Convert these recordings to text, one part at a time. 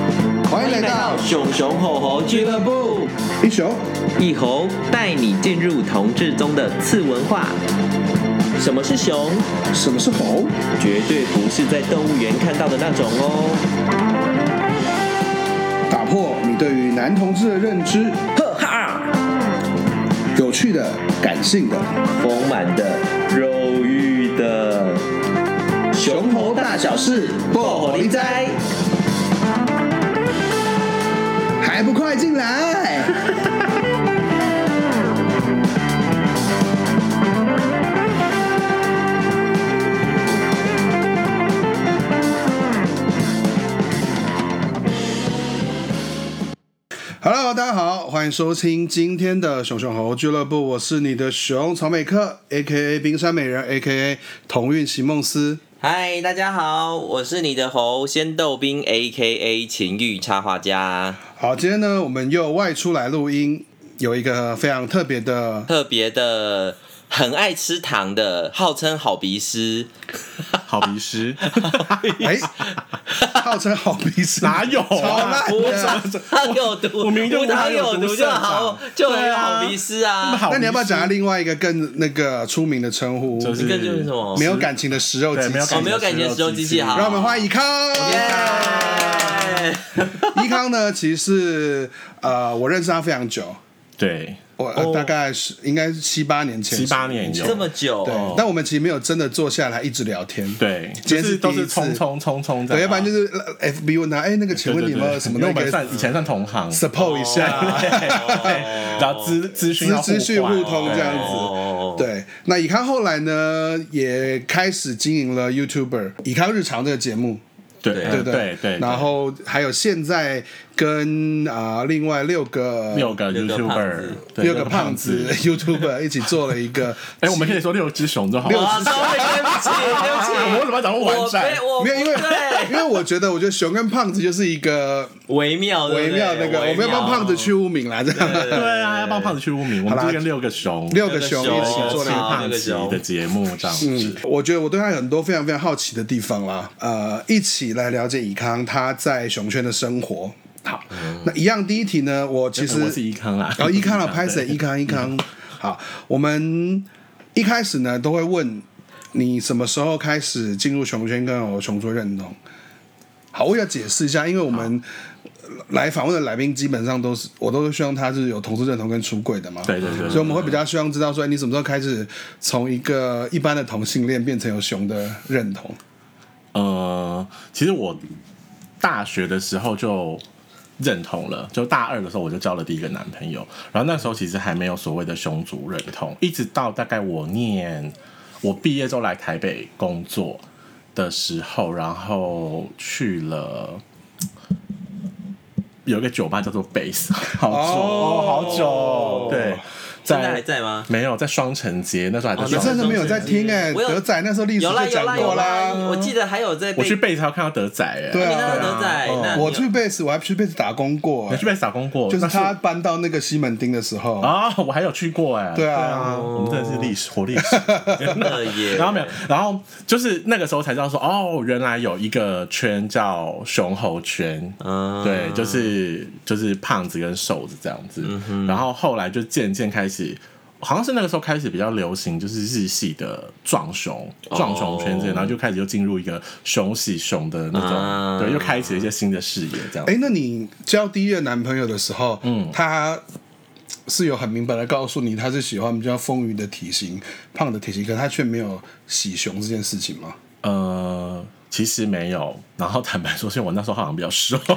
迎来到熊熊吼吼俱乐部，一首一猴带你进入同志中的次文化。什么是熊？什么是猴？绝对不是在动物园看到的那种哦。打破你对于男同志的认知，呵哈，有趣的、感性的，丰满的，肉欲的，熊猴大小事，破火力哉。还不快进来！Hello，大家好，欢迎收听今天的熊熊猴俱乐部，我是你的熊草美克，A.K.A 冰山美人，A.K.A 同运席梦思。嗨，大家好，我是你的猴仙豆冰 A K A 情欲插画家，好，今天呢，我们又外出来录音，有一个非常特别的特别的很爱吃糖的，号称好鼻师，好鼻 师，哎，号称好鼻屎，哪有啊超烂的。 糖有毒，我明明就无无糖糖有有毒毒就社好长，就很对有啊好鼻师啊。好那你要不要讲下鼻屎另外一个更那个出名的称呼？就是一个就是什么没有感情的食肉机对，没有器感。哦没有感情的时候机器好让我们欢迎怡康。耶怡康呢，其实是呃，我认识他非常久，对，我、呃哦大概是应该是七八年前，七八年有这么久对、哦，但我们其实没有真的坐下来一直聊天。对，今天就是是都第一是次冲冲冲冲对，的，要不然就是呃 FB 问他，哎、那个请对问对你有没有对什么因为那我们个算以前算哦哎同行， support 一下，对然后资资讯要资资讯换互通这样子哦，对，那以康后来呢，也开始经营了 YouTuber 以康日常这个节目，对对嗯对不对对，然后还有现在跟啊、另外六个六个六个胖子 YouTuber，对，六个胖子。YouTuber 一起做了一个哎，我们可以说六只熊就好六啊啊了。，sorry，对不起，对不我起。怎么掌握我完善？被 我没有，因为不对因为我觉得，我觉得熊跟胖子就是一个微妙对微不妙对那个，我们要帮胖子去污名啦，这样。对啊，要帮胖子去污名，我好们啦就跟六个熊，六个熊一起做吃那个胖子的节目这样嗯子。，我觉得我对他有很多非常非常好奇的地方啦。呃，一起来了解以康他在熊圈的生活。好，那一样第一题呢，我其实哦我是伊康啦，然后一康 了，拍谁？对嗯一康一康。好，我们一开始呢都会问你什么时候开始进入熊圈跟我熊做认同。好，我要解释一下，因为我们来访问的来宾基本上都是，我都是希望他是有同事认同跟出柜的嘛。对对对对所以我们会比较希望知道说，哎，你什么时候开始从一个一般的同性恋变成有熊的认同？呃，其实我大学的时候就认同了，就大二的时候我就交了第一个男朋友，然后那时候其实还没有所谓的熊族认同，一直到大概我念我毕业之后来台北工作的时候，然后去了。有一个酒吧叫做 Base，好久、哦好久哦，对，现在还在吗？没有在双城街，那时候还在哦你双城真的没有在听哎、我有德仔那时候历史有啦就有讲啦过有啦啦，。我记得还有在被我去 Base 还有看到德仔、哎，对你啊看到德仔，哦那你有我去贝斯，我还去贝斯打工过、你去 Base 打工过，就是那他搬到那个西门町的时候，啊、我还有去过哎、对啊我们真的是历史活历史。真 的耶，然后没有，然后就是那个时候才知道说，哦，原来有一个圈叫熊猴圈，嗯，对，就是就是胖子跟瘦子这样子。嗯然后后来就渐渐开始，好像是那个时候开始比较流行，就是日系的壮熊、壮熊圈子，哦然后就开始又进入一个熊系熊的那种，啊对，又开启了一些新的视野这样。哎、那你交第一任男朋友的时候，嗯，他是有很明白的告诉你他是喜欢比较丰腴的体型、胖的体型，可他却没有喜熊这件事情吗？呃，其实没有。然后坦白说，是因为我那时候好像比较瘦，哦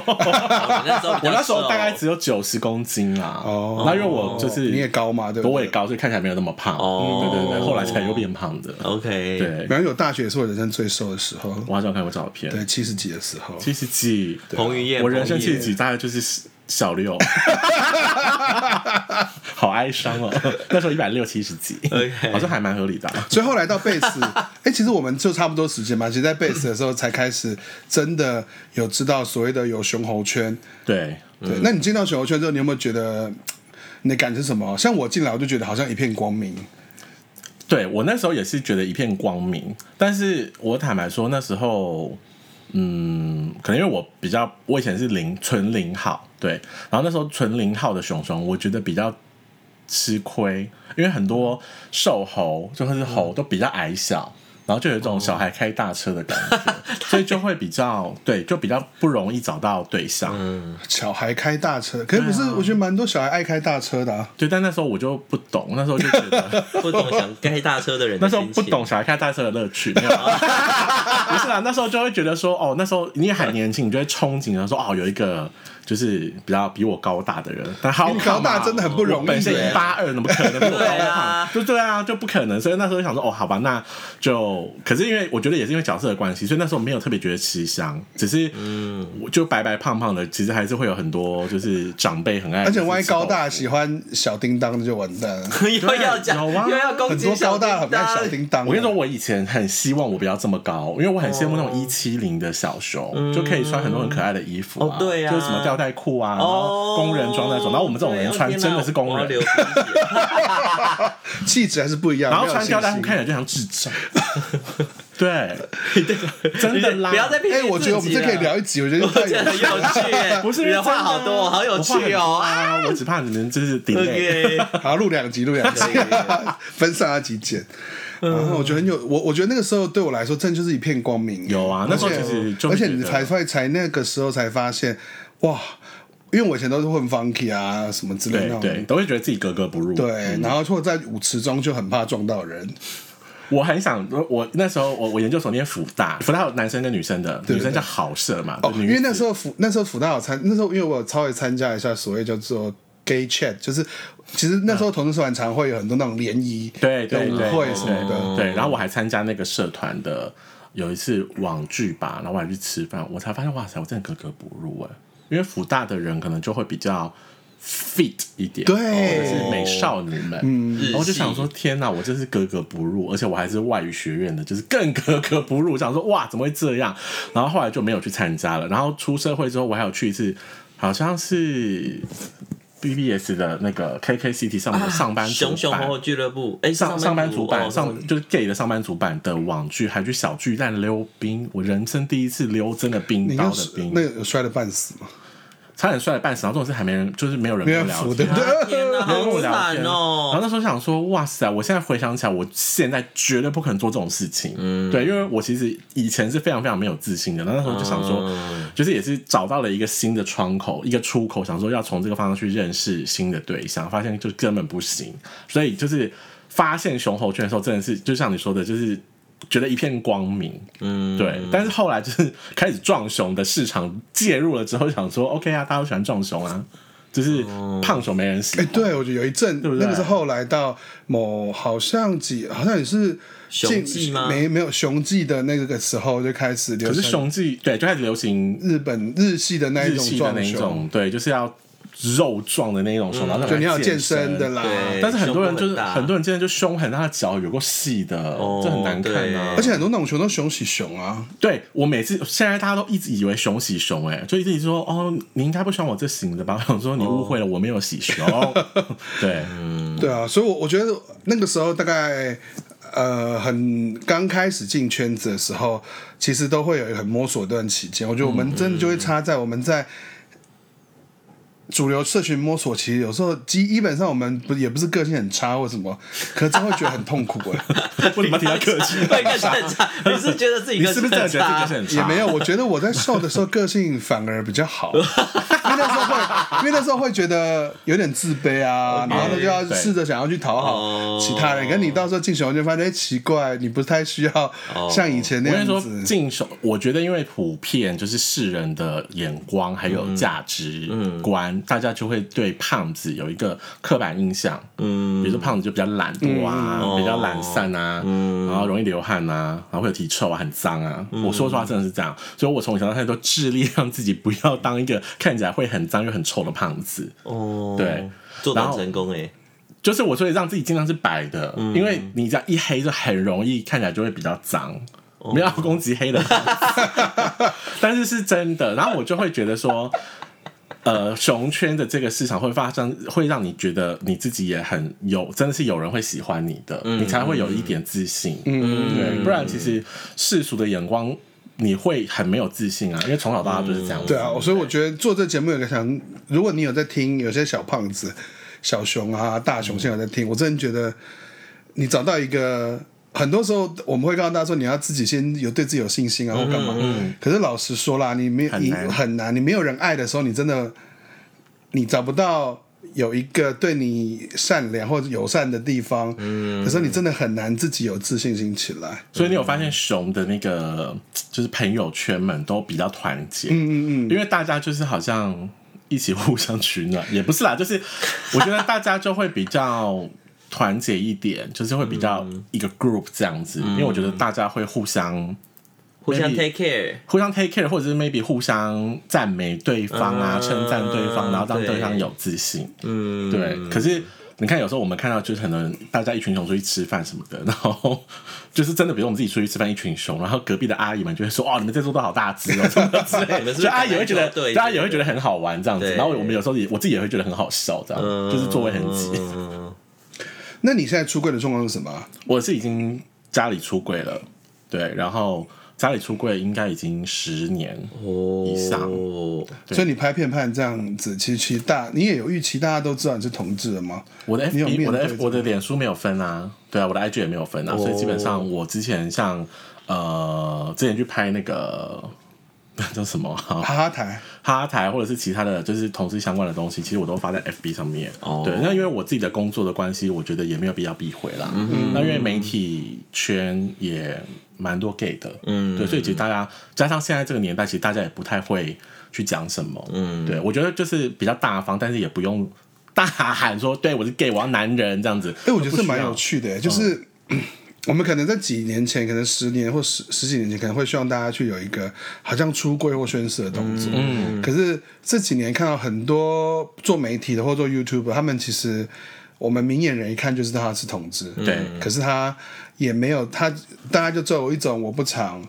你那时候比较瘦 我那时候大概只有九十公斤啦。哦那因为我就是你也，高嘛，对不对？我也。高，所以看起来没有那么胖。哦对对对，后来才又变胖的。 OK，，对，然后有大学也是我人生最瘦的时候，我好像有看过照片，对，七十几的时候，七十几，彭于晏，我人生彭于七晏十几，大概就是 小六，好哀伤哦。那时候一百六七十几 OK 好像还蛮合理的啊。所以后来到贝斯， 哎、其实我们就差不多时间嘛。其实，在贝斯的时候才开始真的有知道所谓的有熊猴圈，对，对，那你进到选球圈之后，你有没有觉得嗯你的感觉是什么？像我进来，我就觉得好像一片光明。对我那时候也是觉得一片光明，但是我坦白说，那时候，嗯，可能因为我比较，我以前是零纯零号，对，然后那时候纯零号的熊熊，我觉得比较吃亏，因为很多瘦猴就算是猴都比较矮小。然后就有一种小孩开大车的感觉，所以就会比较对，就比较不容易找到对象。小孩开大车，可是不是？啊我觉得蛮多小孩爱开大车的、啊。对，但那时候我就不懂，那时候就觉得不懂想开大车的人的那时候心不情懂小孩开大车的乐趣， 没有啊不是啊啦，那时候就会觉得说，哦，那时候你也还年轻，你就会憧憬，然后说，哦，有一个就是比较比我高大的人，但好比你高大真的很不容易我本身对一八二，怎么可能比我高对大啊？就对啊，就不可能。所以那时候就想说，哦，好吧，那就可是因为我觉得也是因为角色的关系，所以那时候没有特别觉得吃香，只是嗯，我就白白胖胖的，其实还是会有很多哎就是长辈很爱，而且万一高大喜喜欢小叮当的就完蛋 了。 又要讲有啊又要攻很击多小高大叮很爱当小，叮当。啊我跟你说，，我以前很希望我不要这么高，因为我很羡慕那种一七零的小熊，就可以穿很多很可爱的衣服啊，嗯哦对啊就是什么吊带裤啊，然哦后，工人装那种，然后我们这种人穿对哦真的是工天哪我要流人，鼻血 气质还是不一样。然后没有穿吊带信裤心看起来就像智 障，对，真的啦，不要再骗哎、自 己了。我觉得我们这可以聊一集，我觉得我太觉得很有趣了有趣耶，不是你的话真的好多，好有我话很趣多哦。啊啊，我只怕你们就是 delay。 OK，好，录两集，录两集， 分上下集剪。嗯然后我觉得很有，我我觉得那个时候对我来说，真的就是一片光明。有啊那时候其实就而会且觉得你才会才那个时候才发现，哇，因为我以前都是混 funky 啊什么之类对那种。对，都会觉得自己格格不入。对，然后或者在舞池中就很怕撞到人，嗯我很想，我我那时候我我研究所念福大，福大有男生跟女生的，对女生叫好社嘛，哦，就因女为那子时候辅那时候辅大有参，那时候因为我有稍微参加一下所谓叫做 gay chat，就是其实那时候同志社团常会有很多那种联谊对的对嗯舞对，会什么的，对，对然后我还参加那个社团的有一次网剧吧，然后我还去吃饭，我才发现哇塞，我真的格格不入哎，因为福大的人可能就会比较 fit 一点，对嗯或者是美少女们，然后我就想说天哪，我真是格格不入，而且我还是外语学院的，就是更格格不入，我想说哇怎么会这样？然后后来就没有去参加了，然后出社会之后，我还有去一次，好像是。BBS 的那个 KKCT 上面的上班族啊熊熊版猴猴俱乐部，哎，是上上班族版哦上就是 gay 的上班族版的网剧，还去小巨蛋溜冰，我人生第一次溜真的冰你刀看的冰，那个摔得半死嘛，差点摔了半死，然后这种事还没人，就是没有人没跟我人聊扶，对天不。对？天 哪，没有人跟好我聊天惨然后哦！那时候想说，哇塞！我现在回想起来，我现在绝对不可能做这种事情。嗯，对，因为我其实以前是非常非常没有自信的。然后那时候就想说，嗯就是也是找到了一个新的窗口，一个出口，想说要从这个方向去认识新的对象，发现就根本不行。所以就是发现熊猴圈的时候，真的是就像你说的，就是。觉得一片光明，嗯，对，但是后来就是开始撞熊的市场介入了之后，想说 OK 啊，大家都喜欢撞熊啊，就是哦胖熊没人喜哎、欢，对，我觉得有一阵，对不对那个是后来到某好像几，好像也是雄进记吗没没有雄记的那个时候就开始流可是行雄记对就开始流行日本日系的那一日种系的那撞一熊，嗯种，对，就是要肉壮的那一种熊，然后就你要要健健身的。啦。对但是很多人就胸是部很大很多人现在就胸很大，脚有够细的哦，这很难看啊对。而且很多那种熊都熊喜熊啊，对我每次现在大家都一直以为熊喜熊，哎，就一直说哦，你应该不喜欢我这型的吧？我想说你误会了，我没有喜熊。哦 对，对啊，所以我，我觉得那个时候大概呃，很刚开始进圈子的时候，其实都会有一个很摸索的一段期间。我觉得我们真的就会差在我们在主流社群摸索，其实有时候基基本上我们不也不是个性很差或什么，可是真会觉得很痛苦哎、为什么提到客 气？会更正 常，你是觉得自己你更是不是真的觉得这个是很也差？没有，我觉得我在瘦的时候个性反而比较好，因为那时候会，因为那时候会觉得有点自卑啊，哦然后呢就要对试着想要去讨好哦其他人。可你到时候进熊就发现，哎，奇怪，你不太需要哦像以前那我样跟你说，子。进手，我觉得因为普遍就是世人的眼光还有价值观，大家就会对胖子有一个刻板印象。嗯，比如说胖子就比较懒惰啊，比较懒散啊，然后容易流汗啊，然后会有体臭啊，很脏啊。我说实话，真的是这样。所以我从小到现在都致力让自己不要当一个看起来会很脏又很臭的胖子。哦，对，做的然后成功哎，就是我所以让自己尽量是白的，因为你这样一黑就很容易看起来就会比较脏。没有要攻击黑的， 但是是真的。然后我就会觉得说，呃，熊圈的这个市场会发生，会让你觉得你自己也很有，真的是有人会喜欢你的，你才会有一点自信。嗯，对，不然其实世俗的眼光。你会很没有自信啊，因为从小到大就是这样、对啊，所以我觉得做这节目有个想，如果你有在听，有些小胖子、小熊啊、大熊现在有在听，我真的觉得你找到一个，很多时候我们会告诉大家说，你要自己先有对自己有信心啊，或干嘛。可是老实说啦，你没有很你难很难，你没有人爱的时候，你真的你找不到。有一个对你善良或者友善的地方，嗯，可是你真的很难自己有自信心起来。所以你有发现熊的那个就是朋友圈们都比较团结，嗯嗯嗯，因为大家就是好像一起互相取暖，也不是啦，就是 我觉得大家就会比较团结一点，就是会比较一个 group 这样子，因为我觉得大家会互相互相 Maybe- take care，互相 take care，或者是 maybe 互相赞美对方啊，嗯称赞对方，然后让对对方有自信。嗯，对，可是你看，有时候我们看到就是很多人，大家一群熊出去吃饭什么的， 然后就是真的，比如我们自己出去吃饭一群熊，然后隔壁的阿姨们就会说：“哦，你们这桌都好大只哦，什么之类哎 你的。”们是不是就阿姨会觉本得，来就对就阿姨会觉得很好玩这样子。对然后我们有时候也，我自己也会觉得很好笑，这样嗯就是座位很挤。那你现在出柜的状况是什么啊？我是已经家里出柜了，对，然后家里出柜应该已经十年，哦， 以上对所以你拍片判这样子，其实其实大你也有预期，大家都知道你是同志了吗？我的你有 FB 我面的对 F 这个哦我的脸书没有分啊，对啊，我的 IG 也没有分啊，所以基本上我之前像呃之前去拍那个 那叫什么啊哈哈台，哈台或者是其他的就是同事相关的东西，其实我都发在 FB 上面。哦对，那因为我自己的工作的关系，我觉得也没有必要避讳啦。那因为媒体圈也蛮多 gay 的，嗯对，所以其实大家加上现在这个年代，其实大家也不太会去讲什么。嗯，对，我觉得就是比较大方，但是也不用大喊说对我是 gay，我要男人这样子。哎，我觉得这不需要嗯蛮有趣的，就是、 我们可能在几年前，可能十年或十十几年前，可能会希望大家去有一个好像出柜或宣誓的动作。嗯，可是这几年看到很多做媒体的或做 YouTube，他们其实我们明眼人一看就知道他是同志，对可是他也没有他，大家就只有一种我不藏，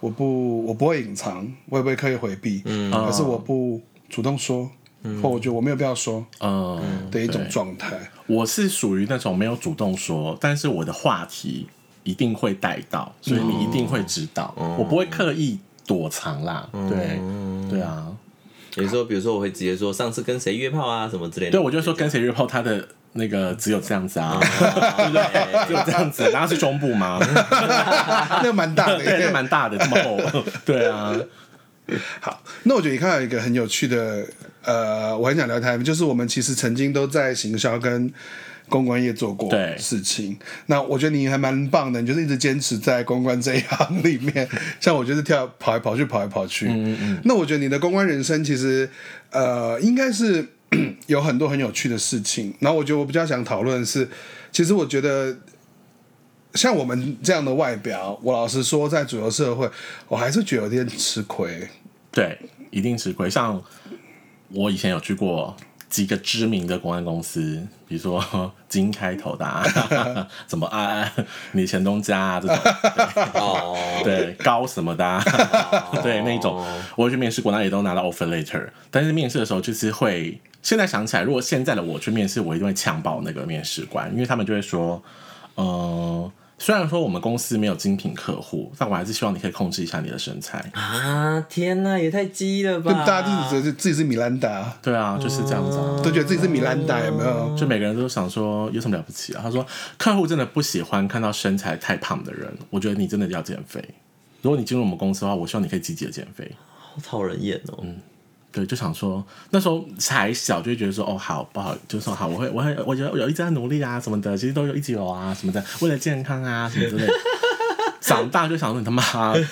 我不我不会隐藏，我也不会刻意回避，嗯，可哦是我不主动说，或我觉得我没有必要说嗯的一种对状态。 我是属于那种没有主动说，但是我的话题一定会带到，所以你一定会知道，我不会刻意躲藏啦。对，对啊，有时候比如说我会直接说上次跟谁约炮啊什么之类的，对我就说跟谁约炮，他的那个只有这样子啊，对不 哎对？只有这样子，然后是中部吗？那个蛮 大的，对，那蛮大的，这么厚，对啊，好，那我觉得你看到有一个很有趣的，呃，我很想聊台，就是我们其实曾经都在行销跟公关业做过对事情。那我觉得你还蛮棒的，你就是一直坚持在公关这一行里面。像我就是跳跑来跑去，跑来跑去。嗯嗯。那我觉得你的公关人生其实，呃，应该是 有很多很有趣的事情。然后我觉得我比较想讨论的是，其实我觉得像我们这样的外表，我老实说，在主流社会，我还是觉得有点吃亏。对，一定吃亏。像我以前有去过几个知名的公安公司，比如说 金开头的、啊， 什么啊， 你前东家啊这种。哦，对高什么的、啊， 对那种，我去面试过，那也都拿到 offer letter，但是面试的时候就是会，现在想起来，如果现在的我去面试，我一定会呛爆那个面试官，因为他们就会说，呃，虽然说我们公司没有精品客户，但我还是希望你可以控制一下你的身材。啊，天哪，也太鸡了吧！对，大家就只自己是米兰达，对啊，就是这样子、啊。都觉得自己是米兰达，有没有？就每个人都想说有什么了不起啊？他说客户真的不喜欢看到身材太胖的人，我觉得你真的要减肥。如果你进入我们公司的话，我希望你可以积极的减肥。好讨人厌哦。对，就想说那时候还小，就会觉得说哦，好不好，就是说好，我会，我会，我觉得我有一直在努力啊，什么的，其实都有一直有啊，什么的，为了健康啊，什么之类的。 长大就想说你他妈的，你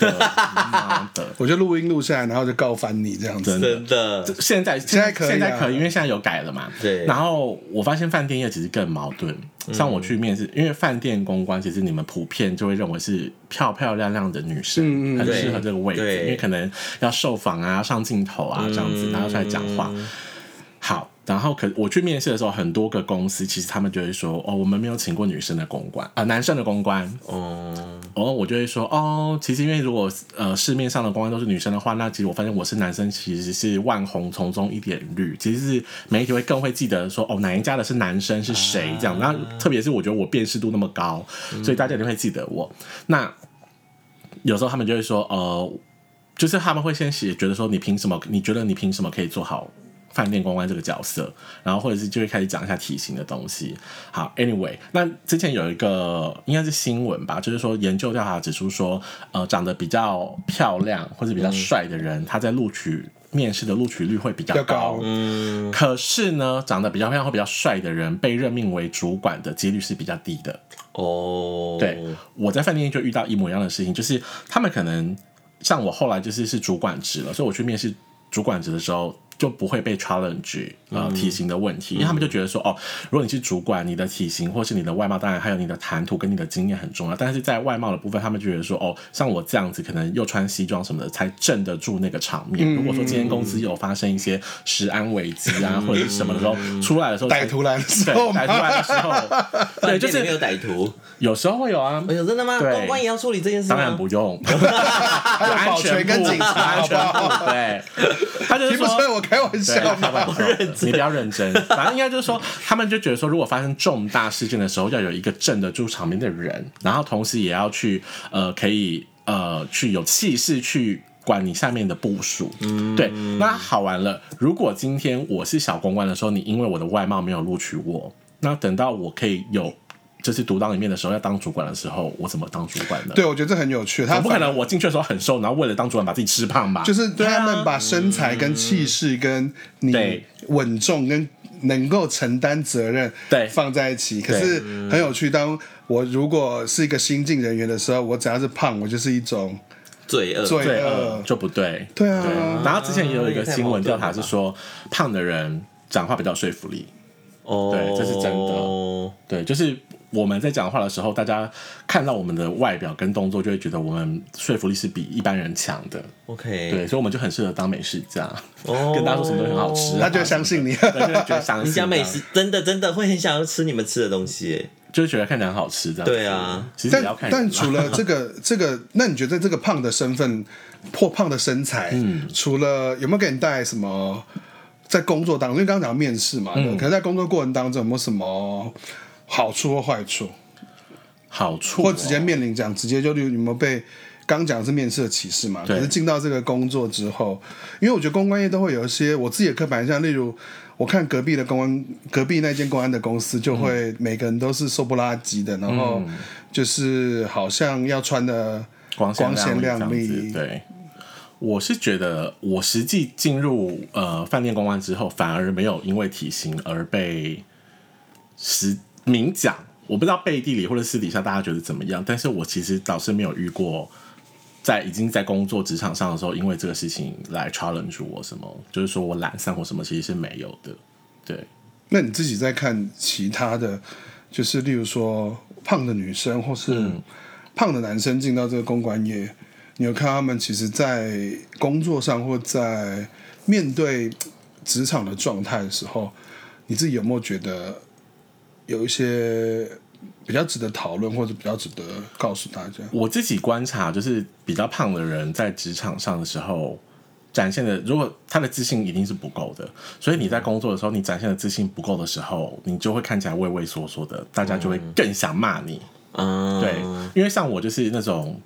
妈的，我就录音录下来，然后就告翻你这样子。真的，现在现在可以啊现在可以，因为现在有改了嘛。对然后我发现饭店业其实更矛盾，嗯像我去面试，因为饭店公关其实你们普遍就会认为是漂漂亮亮的女生，嗯嗯很适合这个位置，对因为可能要受访啊、上镜头啊这样子，嗯然后出来讲话。好，然后可我去面试的时候，很多个公司其实他们就会说，哦，我们没有请过女生的公关啊、男生的公关，哦，然后我就会说，哦，其实因为如果呃市面上的公关都是女生的话，那其实我发现我是男生，其实是万红丛中一点绿，其实是媒体会更会记得说，哦，哪一家的是男生是谁这样。那特别是我觉得我辨识度那么高，所以大家一定会记得我。那有时候他们就会说，呃，就是他们会先写，觉得说你凭什么？你觉得你凭什么可以做好饭店公关这个角色？然后或者是就会开始讲一下体型的东西。好，anyway，那之前有一个应该是新闻吧，就是说研究调查指出说，呃，长得比较漂亮或者比较帅的人，他在录取面试的录取率会比较比较高高。嗯，可是呢，长得比较漂亮或比较帅的人被任命为主管的几率是比较低的。哦，对，我在饭店就遇到一模一样的事情，就是他们可能像我后来就是是主管职了，所以我去面试主管职的时候。就不会被 challenge 呃嗯体型的问题，因为他们就觉得说哦，如果你是主管，你的体型或是你的外貌，当然还有你的谈吐跟你的经验很重要，但是在外貌的部分，他们就觉得说哦，像我这样子，可能又穿西装什么的，才镇得住那个场面。如嗯果说今天公司有发生一些食安危机啊或者是什么的时候，出来的时候嗯歹徒来的时对候嘛歹徒来的时候，对，就饭店里面是有歹徒，有时候会有啊，哎呦，真的吗？对公关也要处理这件事吗？当然不用， 还有安保嗯全全跟部警察，安好不全部好？ 对，他就是听不出来说。我开玩对，笑开嘛。玩笑你不要认真。反正应该就是说，他们就觉得说，如果发生重大事件的时候，要有一个镇得住场面的人，然后同时也要去呃，可以呃，去有气势去管你下面的部署。对。那好玩了，如果今天我是小公关的时候，你因为我的外貌没有录取我，那等到我可以有就是独当一面的时候，要当主管的时候，我怎么当主管呢？对，我觉得这很有趣。他总不可反能我进去的时候很瘦，然后为了当主管把自己吃胖吧？就是对啊他们把身材跟气势跟你对稳重跟能够承担责任对放在一起。可对是很有趣，当我如果是一个新进人员的时候，我只要是胖，我就是一种罪恶，罪对恶呃。就不对。对啊对，然后之前也有一个新闻调查是说，胖的人讲话比较有说服力。哦，对这是真的。对，就是我们在讲话的时候，大家看到我们的外表跟动作，就会觉得我们说服力是比一般人强的。 OK，对，所以我们就很适合当美食家，哦跟大家说什么都很好吃啊，他就会相信你对，就会觉得相信啊你讲美食，真的真的会很想要吃你们吃的东西耶。就是觉得看起来很好吃这样。对，啊，其实也要但看人啊但除了这 个这个，那你觉得这个胖的身份或胖的身材，嗯除了有没有给你带来什么？在工作当中，因为刚刚讲面试嘛，嗯可是在工作过程当中有没有什么好处或坏处，好处哦或直接面临讲直接就例如有没有被刚讲的是面试的歧视嘛？对可是进到这个工作之后，因为我觉得公关业都会有一些我自己的刻板印象，例如我看隔壁的公安，隔壁那间公安的公司就会每个人都是瘦不拉几的，然后就是好像要穿的。光光鲜亮亮这样丽子对，我是觉得我实际进入呃饭店公关之后，反而没有因为体型而被实明讲。我不知道背地里或者私底下大家觉得怎么样，但是我其实倒是没有遇过。在已经在工作职场上的时候，因为这个事情来 challenge 我什么，就是说我懒散或什么，其实是没有的。对，那你自己在看其他的，就是例如说胖的女生或是胖的男生进到这个公关业，你有看他们其实，在工作上或在面对职场的状态的时候，你自己有没有觉得有一些比较值得讨论，或者比较值得告诉大家？我自己观察，就是比较胖的人在职场上的时候展现的，如果他的自信一定是不够的，所以你在工作的时候，你展现的自信不够的时候，你就会看起来畏畏缩缩的，大家就会更想骂你。嗯，对，因为像我就是那种。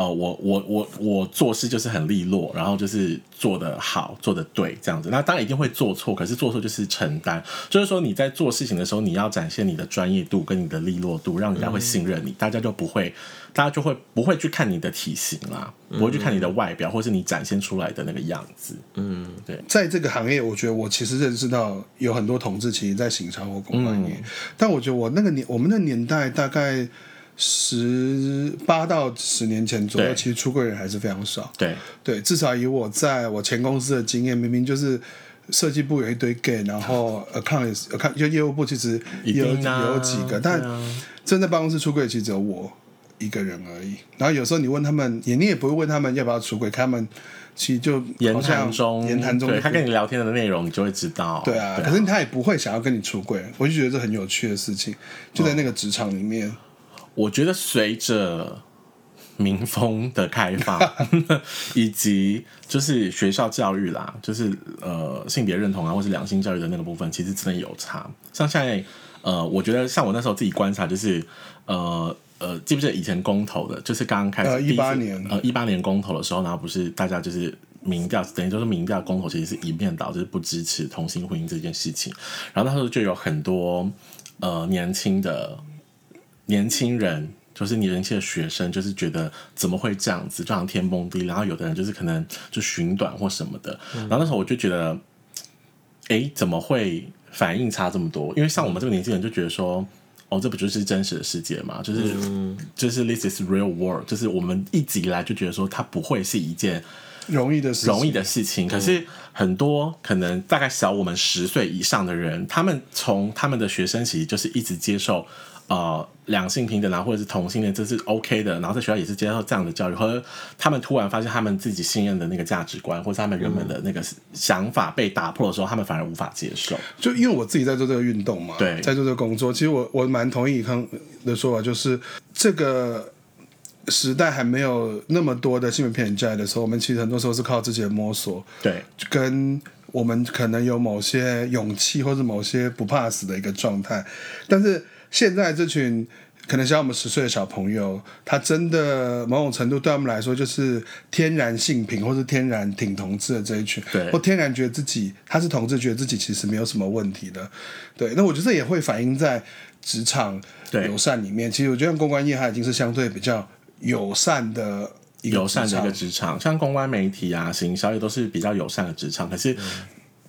呃，我我我我做事就是很利落，然后就是做得好，做得对这样子。那当然一定会做错，可是做错就是承担，就是说你在做事情的时候，你要展现你的专业度跟你的利落度，让人家会信嗯任你，大家就不会，大家就会不会去看你的体型啦，嗯不会去看你的外表，或是你展现出来的那个样子。在这个行业，我觉得我其实认识到有很多同志，其实在行销或公关业。嗯但我觉得我那个年，我们的年代大概十八到十年前左右，对其实出柜人还是非常少。对，对，至少以我在我前公司的经验，明明就是设计部有一堆 gay，然 后 account 也是 account 就业务部其实一也有定啊也有几个，对但啊真的办公室出柜其实只有我一个人而已。然后有时候你问他们，也你也不会问他们要不要出柜，他们其实就言好像谈中，言谈中对就他跟你聊天的内容，你就会知道。对啊，可是他也不会想要跟你出柜，我就觉得这很有趣的事情，就在那个职场里面，嗯我觉得随着民风的开放，以及就是学校教育啦，就是呃性别认同啊，或是两性教育的那个部分，其实真的有差。像现在呃，我觉得像我那时候自己观察，就是呃呃，记不记得以前公投的，就是刚刚开始呃第一次18年呃一八年公投的时候，然后不是大家就是民调，等于就是民调公投其实是一面倒，就是不支持同性婚姻这件事情。然后那时候就有很多呃年轻的年轻人。就是年轻的学生，就是觉得怎么会这样子，就好像天崩地裂。然后有的人就是可能就寻短或什么的。然后那时候我就觉得，诶，怎么会反应差这么多？因为像我们这个年纪人就觉得说，哦，这不就是真实的世界嘛？就是、就是 this is real world，就是我们一直以来就觉得说它不会是一件容易的事情，容易的事情。可嗯是很多可能大概小我们十岁以上的人，他们从他们的学生期就是一直接受。呃，两性平等啊，或者是同性恋，这是 OK 的。然后在学校也是接受这样的教育，和他们突然发现他们自己信任的那个价值观，或者他们原本的那个想法被打破的时候，他们反而无法接受。就因为我自己在做这个运动嘛，对在做这个工作，其实我我蛮同意以康的说法，就是这个时代还没有那么多的性别偏见的时候，我们其实很多时候是靠自己的摸索，对，跟我们可能有某些勇气或者某些不怕死的一个状态。但是现在这群可能像我们十岁的小朋友，他真的某种程度对他们来说就是天然性平，或是天然挺同志的这一群，对或天然觉得自己他是同志，觉得自己其实没有什么问题的。对，那我觉得这也会反映在职场对友善里面。其实我觉得公关业它已经是相对比较友善的一个友善职的一场个职场，像公关媒体啊、行销也都是比较友善的职场。可嗯是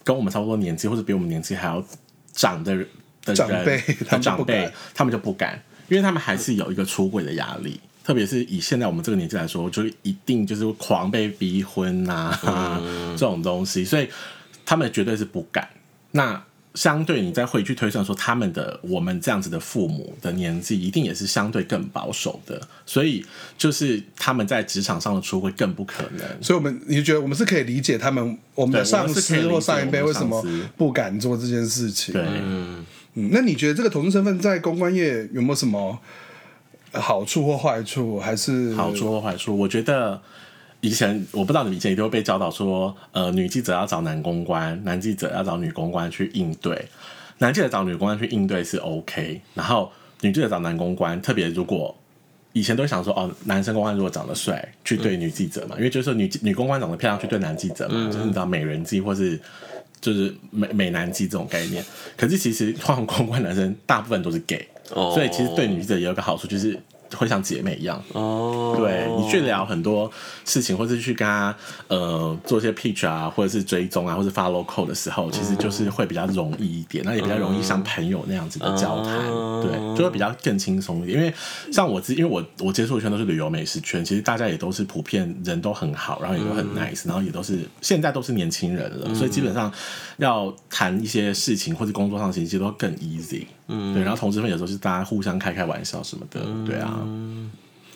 跟我们差不多年纪，或者比我们年纪还要长的人的人长辈他的们就长不辈敢，他们就不敢，因为他们还是有一个出柜的压力。特别是以现在我们这个年纪来说，就是一定就是狂被逼婚呐、嗯 这种东西，所以他们绝对是不敢。那相对你再回去推算说，他们的我们这样子的父母的年纪，一定也是相对更保守的，所以就是他们在职场上的出轨更不可能。所以，我们你觉得我们是可以理解他们我们的对我上们是可司以理解或上一辈我为们的什么上司不敢做这件事情？对，嗯，那你觉得这个同志身份在公关业有没有什么好处或坏处？还是好处或坏处，我觉得以前我不知道你们以前也都会被教导说，呃，女记者要找男公关，男记者要找女公关去应对，男记者找女公关去应对是 OK，然后女记者找男公关，特别如果以前都会想说，哦，男生公关如果长得帅，去对女记者嘛，因为就是说女女公关长得漂亮，去对男记者嘛，就是你知道美人计或是。就是美美男计这种概念，可是其实通常公关男生大部分都是 gay，、哦所以其实对女记者也有一个好处，就是会像姐妹一样，哦，对你去聊很多事情，或是去跟他呃做一些 pitch 啊，或者是追踪啊，或是 follow call 的时候，其实就是会比较容易一点，那也比较容易像朋友那样子的交谈，嗯对，就会比较更轻松一点。因为像我自，因为我我接触的圈都是旅游美食圈，其实大家也都是普遍人都很好，然后也都很 nice，、然后也都是现在都是年轻人了，所以基本上要谈一些事情或者工作上的事情，其实都更 easy。嗯，对，然后同志们有时候是大家互相开开玩笑什么的，对啊，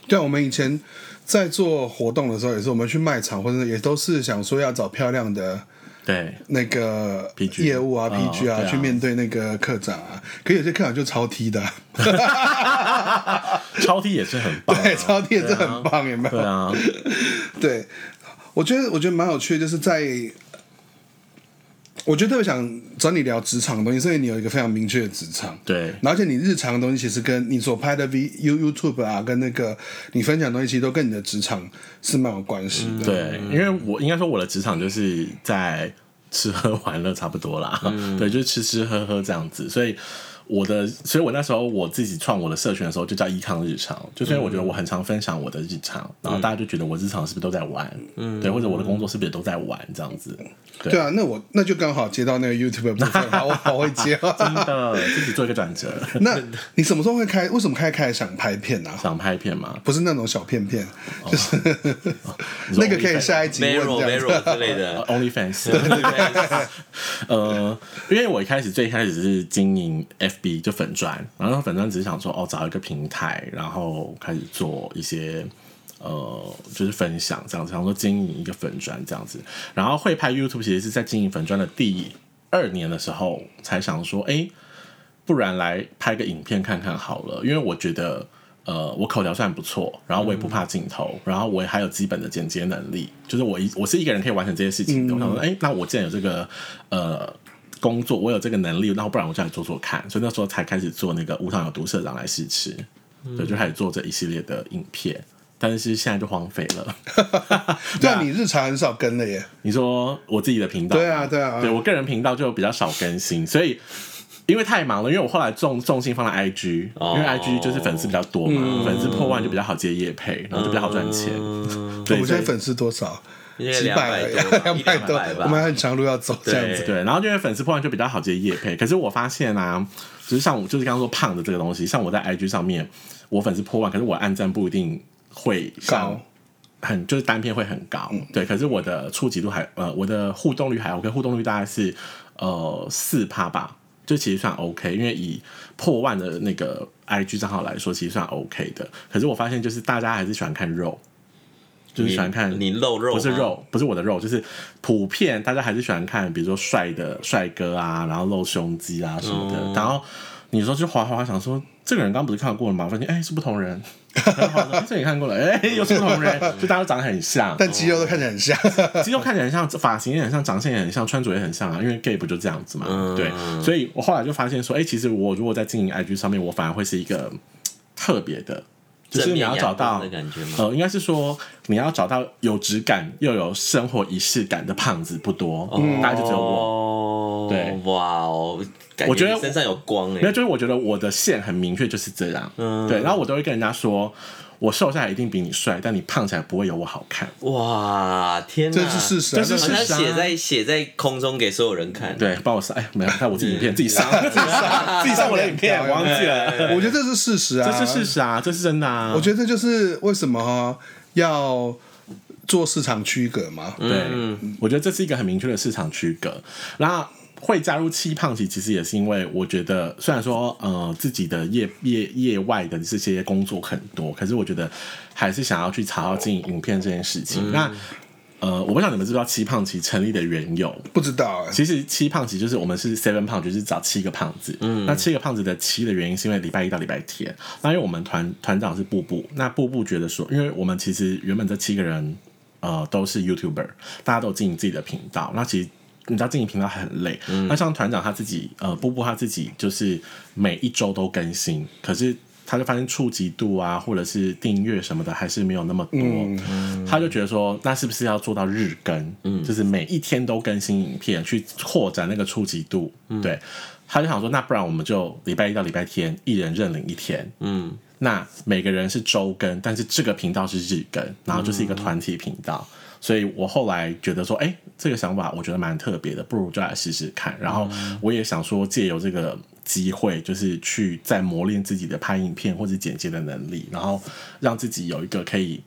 对，我们以前在做活动的时候，也是我们去卖场或者也都是想说要找漂亮的对。那个 PG 业务啊、哦 PG 啊对啊去面对那个科长啊。可有些科长就超 T 的啊、 超梯也是很棒、 对，超 T 也是很棒，有没有？啊对啊，对，我觉得我觉得蛮有趣的，就是在，我觉得特别想找你聊职场的东西，所以你有一个非常明确的职场。对然后而且你日常的东西其实跟你所拍的 V U YouTube 啊，跟那个你分享的东西，其实都跟你的职场是蛮有关系的。对，因为我应该说我的职场就是在吃喝玩乐差不多啦， 对，就是吃吃喝喝这样子，所以。我的，所以我那时候我自己创我的社群的时候，就叫“依康日常”，就所以我觉得我很常分享我的日常，然后大家就觉得我日常是不是都在玩，对，或者我的工作是不是也都在玩这样子，对啊，那我那就刚好接到那个 YouTube 的部分，好，我好会接、啊 真的 自己做一个转折，那你什么时候会开？为什么开开始想拍片啊？想拍片嘛，不是那种小片片，就是哦你 说那个可以 OnlyFans 下一集 v 问 e r o 这 v e 样 r 子啊 o 之类的呃 OnlyFans， 对呃，因为我一开始最开始是经营 FB 就粉砖，然后粉砖只是想说哦找一个平台，然后开始做一些呃就是分享这样子，想说经营一个粉砖这样子，然后会拍 YouTube 其实是在经营粉砖的第二年的时候才想说，哎、不然来拍个影片看看好了，因为我觉得。呃，我口条算不错，然后我也不怕镜头，然后我也还有基本的剪接能力，就是我一我是一个人可以完成这些事情的。我想说，哎、那我既然有这个呃工作，我有这个能力，那不然我就来做做看。所以那时候才开始做那个无糖有毒社长来试吃，对，就开始做这一系列的影片，但是现在就荒废了。 对啊，你日常很少跟了耶。你说我自己的频道吗，对啊，对啊，对我个人频道就比较少更新，所以因为太忙了，因为我后来重重心放在 IG，、哦因为 IG 就是粉丝比较多嘛，嗯粉丝破万就比较好接业配，然后就比较好赚钱。嗯对，我们现所以在粉丝多少？应该几两百百多吧，两一百两多百，我们还吧。很长路要走，这样子。对对，然后就因为粉丝破万就比较好接业配。可是我发现啊，就是像我就是刚刚说胖的这个东西，像我在 IG 上面，我粉丝破万，可是我按赞不一定会上高很就是单片会很高，对。可是我的触及度还呃，我的互动率还 OK，互动率大概是呃四趴吧，就其实算 OK，因为以破万的那个 IG 账号来说，其实算 OK 的。可是我发现就是大家还是喜欢看肉，就是喜欢看你你露肉不是吗，肉，不是我的肉，就是普遍大家还是喜欢看，比如说帅的帅哥啊，然后露胸肌啊什么的。哦然后你说去滑滑滑，想说这个人刚不是看过了吗？发现哎是不同人， 然后滑说哎这个也看过 了，哎又是不同人，就大家都长得很像，但肌肉都看起来很像，肌肉看起来很像，发型也很像，长相也很像，穿着也很像啊，因为 gay 不就这样子嘛，嗯对，所以我后来就发现说，哎、其实我如果在经营 IG 上面，我反而会是一个嗯特别的，就是正你面要找阳光到的感觉吗？呃，应该是说你要找到有质感又有生活仪式感的胖子不多，哦嗯大概就只有我。我对哇哦，感我觉得你身上有光哎没有，，就是我觉得我的线很明确，就是这样。嗯对，然后我都会跟人家说，我瘦下来一定比你帅，但你胖起来不会有我好看。哇，天哪，这是事实啊，这是事好实像事实啊写在写在空中给所有人看。对，帮我上，哎，没有，看我自己影片，自己上，自己上，自己上我的影片， 啊我忘记 了。我觉得这是事实啊，这是事实啊，这是真的啊。我觉得这就是为什么哦要做市场区隔嘛。对，我觉得这是一个很明确的市场区隔。那会加入七胖其其实也是因为我觉得，虽然说呃自己的业业业外的这些工作很多，可是我觉得还是想要去查到经营影片这件事情。那呃，我不知道你们知不知道七胖其成立的缘由，不知道、欸，其实七胖子就是我们是 seven 胖，就是找七个胖子。嗯，那七个胖子的七的原因是因为礼拜一到礼拜天，那因为我们团团长是布布，那布布觉得说，因为我们其实原本这七个人呃都是 YouTuber，大家都有经营自己的频道，那其实。你知道经营频道很累，那像团长他自己，呃，布布他自己就是每一周都更新，可是他就发现触及度啊，或者是订阅什么的，还是没有那么多。他就觉得说，那是不是要做到日更？就是每一天都更新影片，去扩展那个触及度。对，他就想说，那不然我们就礼拜一到礼拜天，一人认领一天。嗯，那每个人是周更，但是这个频道是日更，然后就是一个团体频道。所以我后来觉得说，哎、这个想法我觉得蛮特别的，不如就来试试看。然后嗯我也想说，借由这个机会，就是去再磨练自己的拍影片或者剪接的能力，然后让自己有一个可以。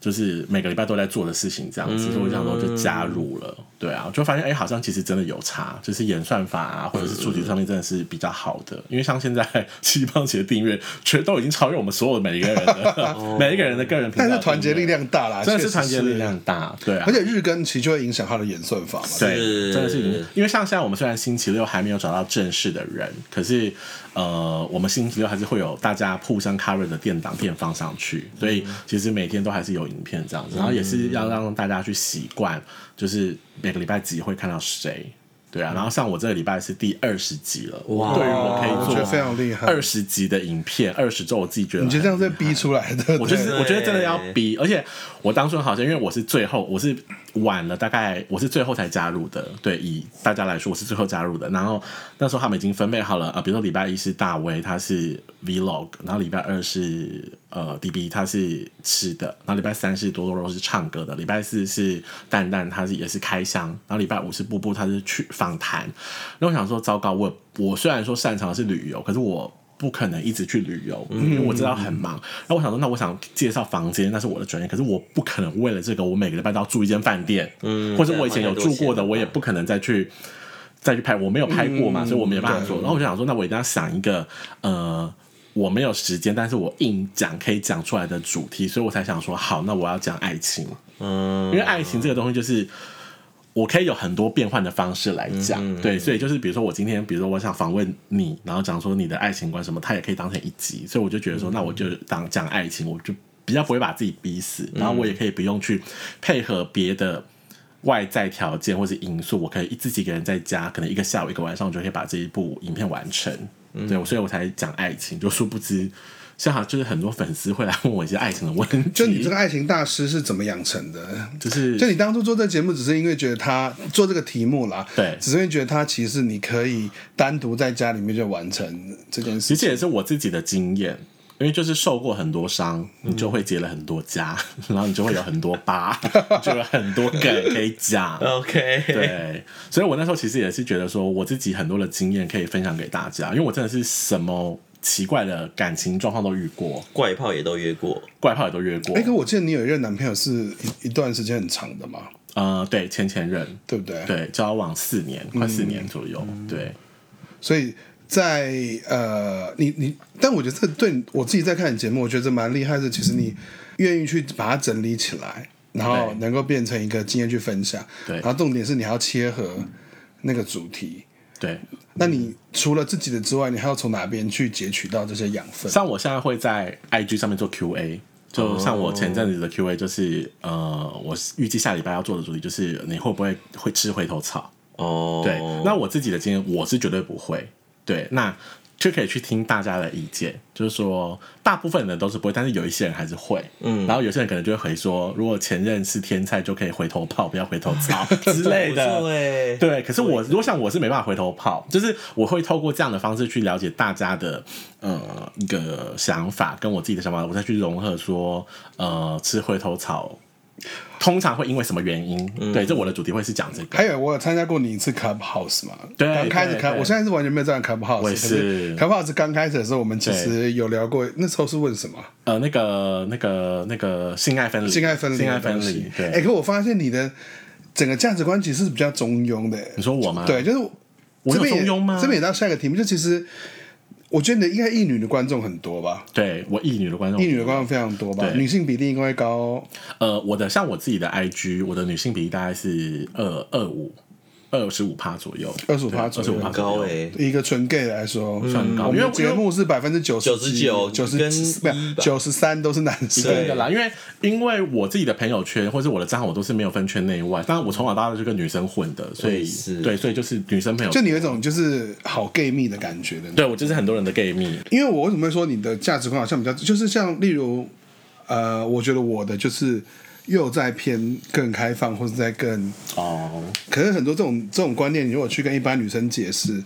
就是每个礼拜都在做的事情，这样嗯子，所以我就想说就加入了，对啊，就发现哎、好像其实真的有差，就是演算法啊，或者是数据上面真的是比较好的，因为像现在 西方企的订阅全都已经超越我们所有每一个人 的每一个人的个人频道，哦但是团结力，量大啦，真的确啊是实团结力，量大，对啊而。且日更其实就会影响它的演算法嘛。对，是真的是已经，因为像现在我们虽然星期六还没有找到正式的人，可是呃，我们星期六还是会有大家互相 cover 的电档片放上去，所以嗯其实每天都还是有影片这样子，然后也是要让大家去习惯，就是每个礼拜几会看到谁。对啊，然后像我这个礼拜是第二十集了，哇对于我可我觉以得非做常厉害。二十集的影片，二十周我自己觉得你觉得这样很厉在害逼出来的？我就是对我觉得真的要逼，而且我当初好像因为我是最后，我是晚了大概我是最后才加入的，对，以大家来说我是最后加入的。然后那时候他们已经分配好了啊、呃比如说礼拜一是大威，他是 vlog，然后礼拜二是呃 DB，他是吃的，然后礼拜三是多多肉是唱歌的，礼拜四是蛋蛋，他是也是开箱，然后礼拜五是布布，他是去访谈。那我想说，糟糕，我我虽然说擅长的是旅游，可是我不可能一直去旅游，因为我知道很忙。然后我想说，那我想介绍房间，那是我的专业，可是我不可能为了这个，我每个礼拜都要住一间饭店，嗯，或者我以前有住过的，我也不可能再去再去拍，我没有拍过嘛，所以我没办法做。然后我就想说，那我一定要想一个呃。我没有时间，但是我硬讲可以讲出来的主题，所以我才想说，好，那我要讲爱情。嗯因为爱情这个东西就是。我可以有很多变换的方式来讲，嗯对，所以就是比如说我今天，比如说我想访问你，然后讲说你的爱情观什么，它也可以当成一集，所以我就觉得嗯说，那我就当讲爱情，我就比较不会把自己逼死，然后我嗯也可以不用去配合别的外在条件或是因素，我可以自己一个人在家，可能一个下午嗯一个晚上，我就可以把这一部影片完成，对，所以我才讲爱情，就殊不知像好就是很多粉丝会来问我一些爱情的问题，就你这个爱情大师是怎么养成的？就是就你当初做这节目，只是因为觉得他做这个题目啦，对只是因为觉得他其实你可以单独在家里面就完成这件事其情。实也是我自己的经验，因为就是受过很多伤，你就会结了很多痂，然后你就会有很多疤，你就有很多梗可 以讲。 OK，，对，所以我那时候其实也是觉得说，我自己很多的经验可以分享给大家，因为我真的是什么奇怪的感情状况都遇过，怪炮也都约过，怪炮也都约过哎、。可我记得你有一任男朋友是一一段时间很长的嘛，呃，对，前前任，对不对？，对，交往四年，快四年左右，对。所以在呃，你你，但我觉得这对我自己在看你节目，我觉得这蛮厉害的是，其实你愿意去把它整理起来，然后对能够变成一个经验去分享。对然后重点是你还要切合那个主题。对，那嗯你除了自己的之外，你还要从哪边去截取到这些养分？像我现在会在 IG 上面做 QA，就像我前阵子的 QA 就是、呃，我预计下礼拜要做的主题就是你会不会会吃回头草？哦，对，那我自己的经验我是绝对不会。对，那就可以去听大家的意见，就是说大部分人都是不会，但是有一些人还是会。嗯，然后有些人可能就会回说，如果前任是天菜，就可以回头炮，不要回头 草之类的。不错欸对，可是我如果像我是没办法回头跑，就是我会透过这样的方式去了解大家的呃一个想法，跟我自己的想法，我再去融合说呃吃回头草。通常会因为什么原因？嗯对，这我的主题会是讲这个。还有，我有参加过你一次 Clubhouse 嘛？对刚开始对 Club，对我现在是完全没有在 Clubhouse。我也是 Clubhouse 刚开始的时候，我们其实有聊过，那时候是问什么？呃，那个、那个、那个性爱分离，性爱分离的性爱分东离西。。对，哎、可我发现你的整个价值观其实是比较中庸的、你说我吗？对，，就是啊我这有边也中庸吗？这边也到下一个题目，就其实我觉得你应该一女的观众很多吧，对我一女的观众，一女的观众非常多吧，哦对女性比例应该高。呃，我的像我自己的 IG，我的女性比例大概是二二五二十五趴左右， 25%左右五很高哎、一个纯 gay 来说，嗯算嗯高我们因的为节目是百分之九99九跟十一吧九十三都是男生。对的啦，因为因为我自己的朋友圈或是我的账号，我都是没有分圈内外。当然，我从小到大就跟女生混的，所我也以是对，所以就是女生朋友，就你有一种就是好 gay 蜜的感觉的，对我就是很多人的 gay 蜜。因为我为什么会说你的价值观好像比较，就是像例如，呃，我觉得我的就是又在偏更开放，或是在更，哦，可是很多这种这种观念，你如果去跟一般女生解释，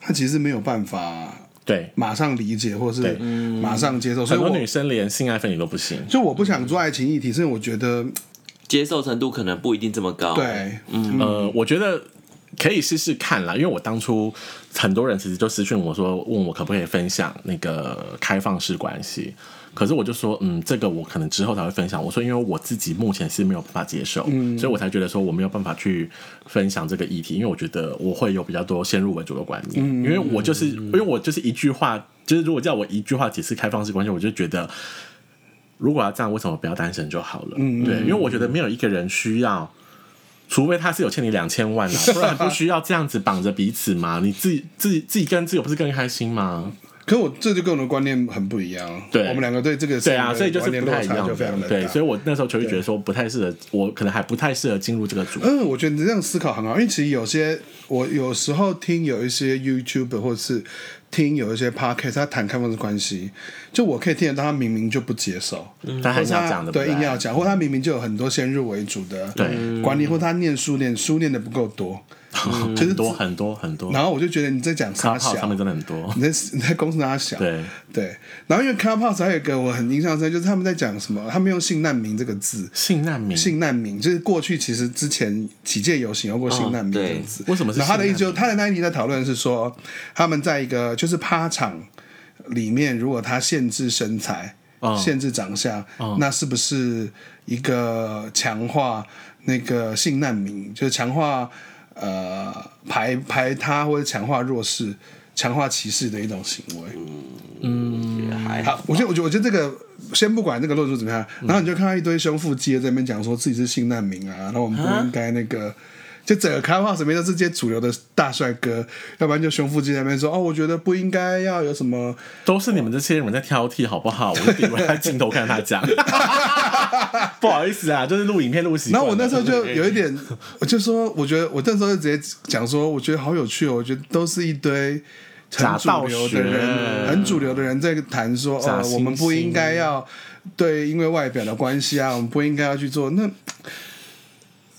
她其实没有办法对，马上理解，或是对马上接受，所很以多我女生连性爱分离都不行。就我不想做爱情议题，是因为我觉得接受程度可能不一定这么高，，对，呃，我觉得可以试试看啦，因为我当初很多人其实就私讯我说，问我可不可以分享那个开放式关系。可是我就说，嗯，这个我可能之后才会分享。我说，因为我自己目前是没有办法接受，所以我才觉得说我没有办法去分享这个议题，因为我觉得我会有比较多先入为主的观念，因为我就是因为我就是一句话，就是如果叫我一句话解释开放式关系，我就觉得如果要这样，为什么不要单身就好了？对，因为我觉得没有一个人需要，除非他是有欠你两千 万啊，不然不需要这样子绑着彼此嘛。你自己自己自己跟自由不是更开心吗？可我这就跟我的观念很不一样，对我们两个对这个事对情啊，的所以就观是念不落太一差样就非常的的。对，大所以我那时候就会觉得说不太适合，我可能还不太适合进入这个组。嗯，我觉得你这样思考很好，因为其实有些我有时候听有一些 YouTube 或者是听有一些 Podcast，他谈开放式关系，就我可以听得到他明明就不接受，但或还是是要他嗯讲的，对，不硬要讲，或他明明就有很多先入为主的对观念，或他念书念书念的不够多， 就是嗯很多很多很多。然后我就觉得你在讲卡啥炮上小面。真的很多你，在你在公司哪小？对对，然后因为 Clubhouse 还有一个我很印象深，就是他们在讲什么，他们用“性难民”这个字，性难民，性难民，就是过去其实之前几届游行有过性难民这样子。哦对为什么是然后他的性意难思就他的那一题在讨论是说，他们在一个就是趴场里面，如果他限制身材、嗯限制长相，哦那是不是一个强化那个性难民，就是强化呃排排他或者强化弱势、强化歧视的一种行为？还好好，，嗯我觉得，我觉得，我觉得这个先不管这个论述怎么样，然后你就看到一堆胸腹肌的在那边讲说自己是性难民啊，然后我们不应该那个，就整个开放什么都是些主流的大帅哥，要不然就胸腹肌在那边说哦，我觉得不应该要有什么，都是你们这些人在挑剔，好不好？我就顶着他镜头看他 讲，不好意思啊，就是录影片录习然惯后我了。那时候就有一 点，我就说，我觉得我那时候就直接讲说，我觉得好有趣哦，我觉得都是一堆。很主流的假道学人，很主流的人在谈说，假哦，惺惺我们不应该要对因为外表的关系啊，我们不应该要去做那。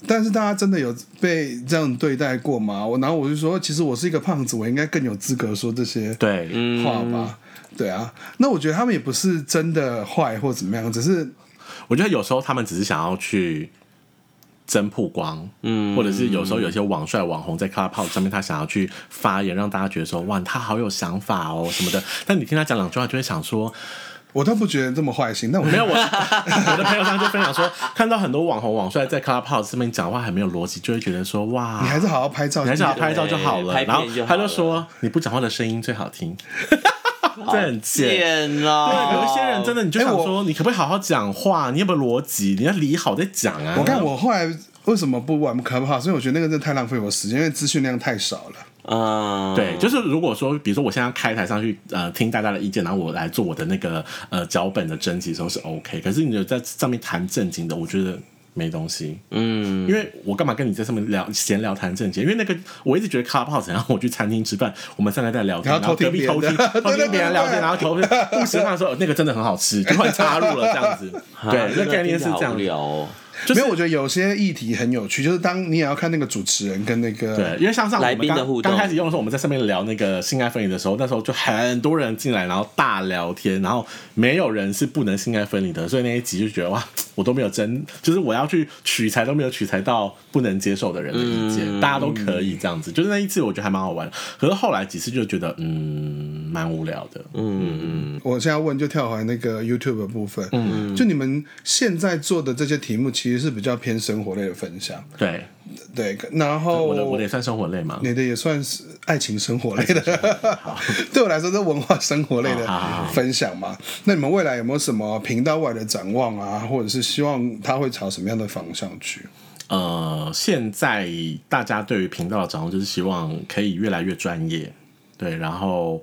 但是大家真的有被这样对待过吗？我然后我就说，其实我是一个胖子，我应该更有资格说这些对，话嗯吧？对啊，那我觉得他们也不是真的坏或怎么样，只是我觉得有时候他们只是想要去争曝光，嗯，或者是有时候有些网帅网红在 Clubhouse 上面，他想要去发言，让大家觉得说哇，他好有想法哦什么的。但你听他讲两句话，就会想说，我都不觉得这么坏心。但我没有我， 我的朋友上就分享说，看到很多网红网帅在 Clubhouse 上面讲话很没有逻辑，就会觉得说哇，你还是好好拍照，你还是好好拍照就好了。对拍然后片就好他了就说，你不讲话的声音最 好听，哦这很贱。啊贱哦！对，有一些人真的，你就想哎我说，你可不可以好好讲话？你有没有逻辑？你要理好再讲啊！我看我后来为什么不玩 Clubhouse？因为我觉得那个真的太浪费我时间，因为资讯量太少了。嗯，对，就是如果说，比如说我现在开台上去，呃，听大家的意见，然后我来做我的那个呃脚本的征集的时候是 OK，可是你有在上面谈正经的，我觉得没东西，嗯，因为我干嘛跟你在上面聊闲聊谈正经？因为那个我一直觉得 Clubhouse 然后我去餐厅吃饭，我们三个在聊天，然然后后偷听隔壁偷别听人 的偷对对听别人对聊对天，然后偷听不吃饭的时哦候，那个真的很好吃，就会插入了这 样子，对，那概念是这样无子。聊哦。就是没有，我觉得有些议题很有趣，就是当你也要看那个主持人跟那个对，因为像上来我们宾的互动刚刚开始用的时候，我们在上面聊那个性爱分离的时候，那时候就很多人进来，然后大聊天，然后没有人是不能性爱分离的，所以那一集就觉得哇，我都没有真，就是我要去取材都没有取材到不能接受的人的意见，嗯大家都可以这样子，就是那一次我觉得还蛮好玩，可是后来几次就觉得嗯，蛮无聊的，嗯嗯我现在问就跳回那个 YouTube 的部分，嗯，就你们现在做的这些题目其实是比较偏生活类的分享，对，对，然后我的我的也算生活类嘛，你的也算是爱情生活类 的，对我来说是文化生活类的好好好分享嘛。那你们未来有没有什么频道外的展望啊，或者是希望它会朝什么样的方向去？呃，现在大家对于频道的掌握，就是希望可以越来越专业，对，然后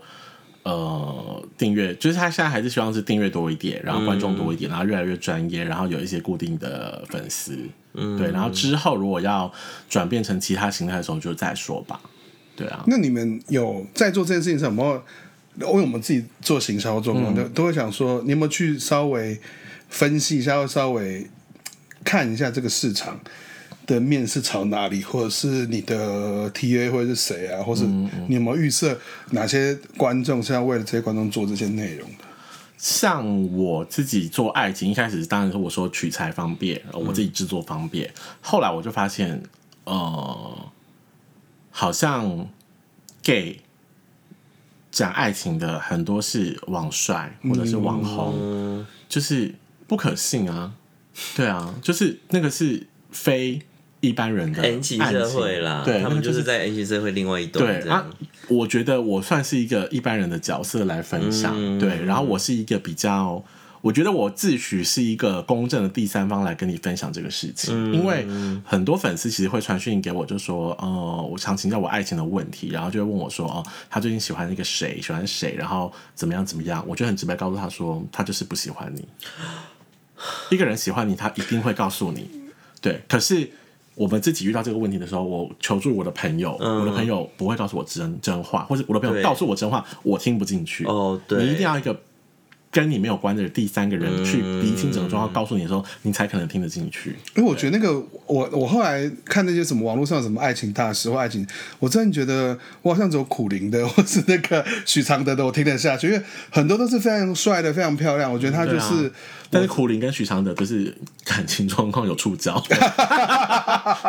呃，订阅，就是他现在还是希望是订阅多一点，然后观众多一点，然后越来越专业，然后有一些固定的粉丝，嗯，对，然后之后如果要转变成其他形态的时候，就再说吧，对啊，那你们有在做这件事情上有没有？因为我们自己做行销做嘛，都、都会想说，你有没有去稍微分析一下，或稍微看一下这个市场的面是朝哪里，或者是你的 TA 会是谁啊，或是你有没有预设哪些观众是要为了这些观众做这些内容的？像我自己做爱情，一开始当然是我说取材方便，我自己制作方便。后来我就发现，呃，好像 gay 讲爱情的很多是网帅或者是网红，嗯就是不可信啊。对啊，就是那个是非一般人的 N 级爱社情会啦，对，他那们个就是是在 N 级社会另外一端对这啊样。，我觉得我算是一个一般人的角色来分享，嗯对，然后我是一个比较。我觉得我自诩是一个公正的第三方来跟你分享这个事情，嗯因为很多粉丝其实会传讯给我，就说，呃，我常请教我爱情的问题，然后就会问我说，哦、他最近喜欢那个谁，喜欢谁，然后怎么样怎么样，我就很直白告诉他说，他就是不喜欢你。一个人喜欢你，他一定会告诉你，对。可是我们自己遇到这个问题的时候，我求助我的朋友，我的朋友不会告诉我真真话，或者我的朋嗯对友告诉我真话，我听不进去。哦对你一定要一个跟你没有关的第三个人去嗯厘清整个状况，告诉你的时候，你才可能听得进去。因为我觉得那个，我我后来看那些什么网络上什么爱情大师或爱情，我真的觉得我好像只有苦灵的 或是那个许常德的我听得下去，因为很多都是非常帅的、非常漂亮，我觉得他就对啊是、但是苦林跟许常德就是感情状况有触 礁，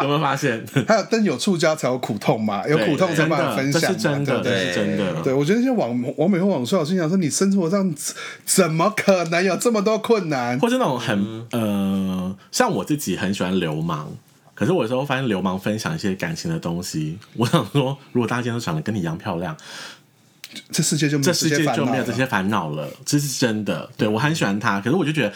有没有发现？还有灯有触礁才有苦痛嘛，有苦痛才真办法的，分这享是嘛，真对不的，这对？是真的。对，我觉得那些网网美或网帅，我心想说，你生活上怎怎么可能有这么多困难？或是那种很、呃，像我自己很喜欢流氓，可是我有时候发现流氓分享一些感情的东西，我想说，如果大家今天都长得跟你一样漂亮，这世界就没这有世些界烦就恼没有了这。些烦恼了，这是真的。对我很喜欢他，可是我就觉得。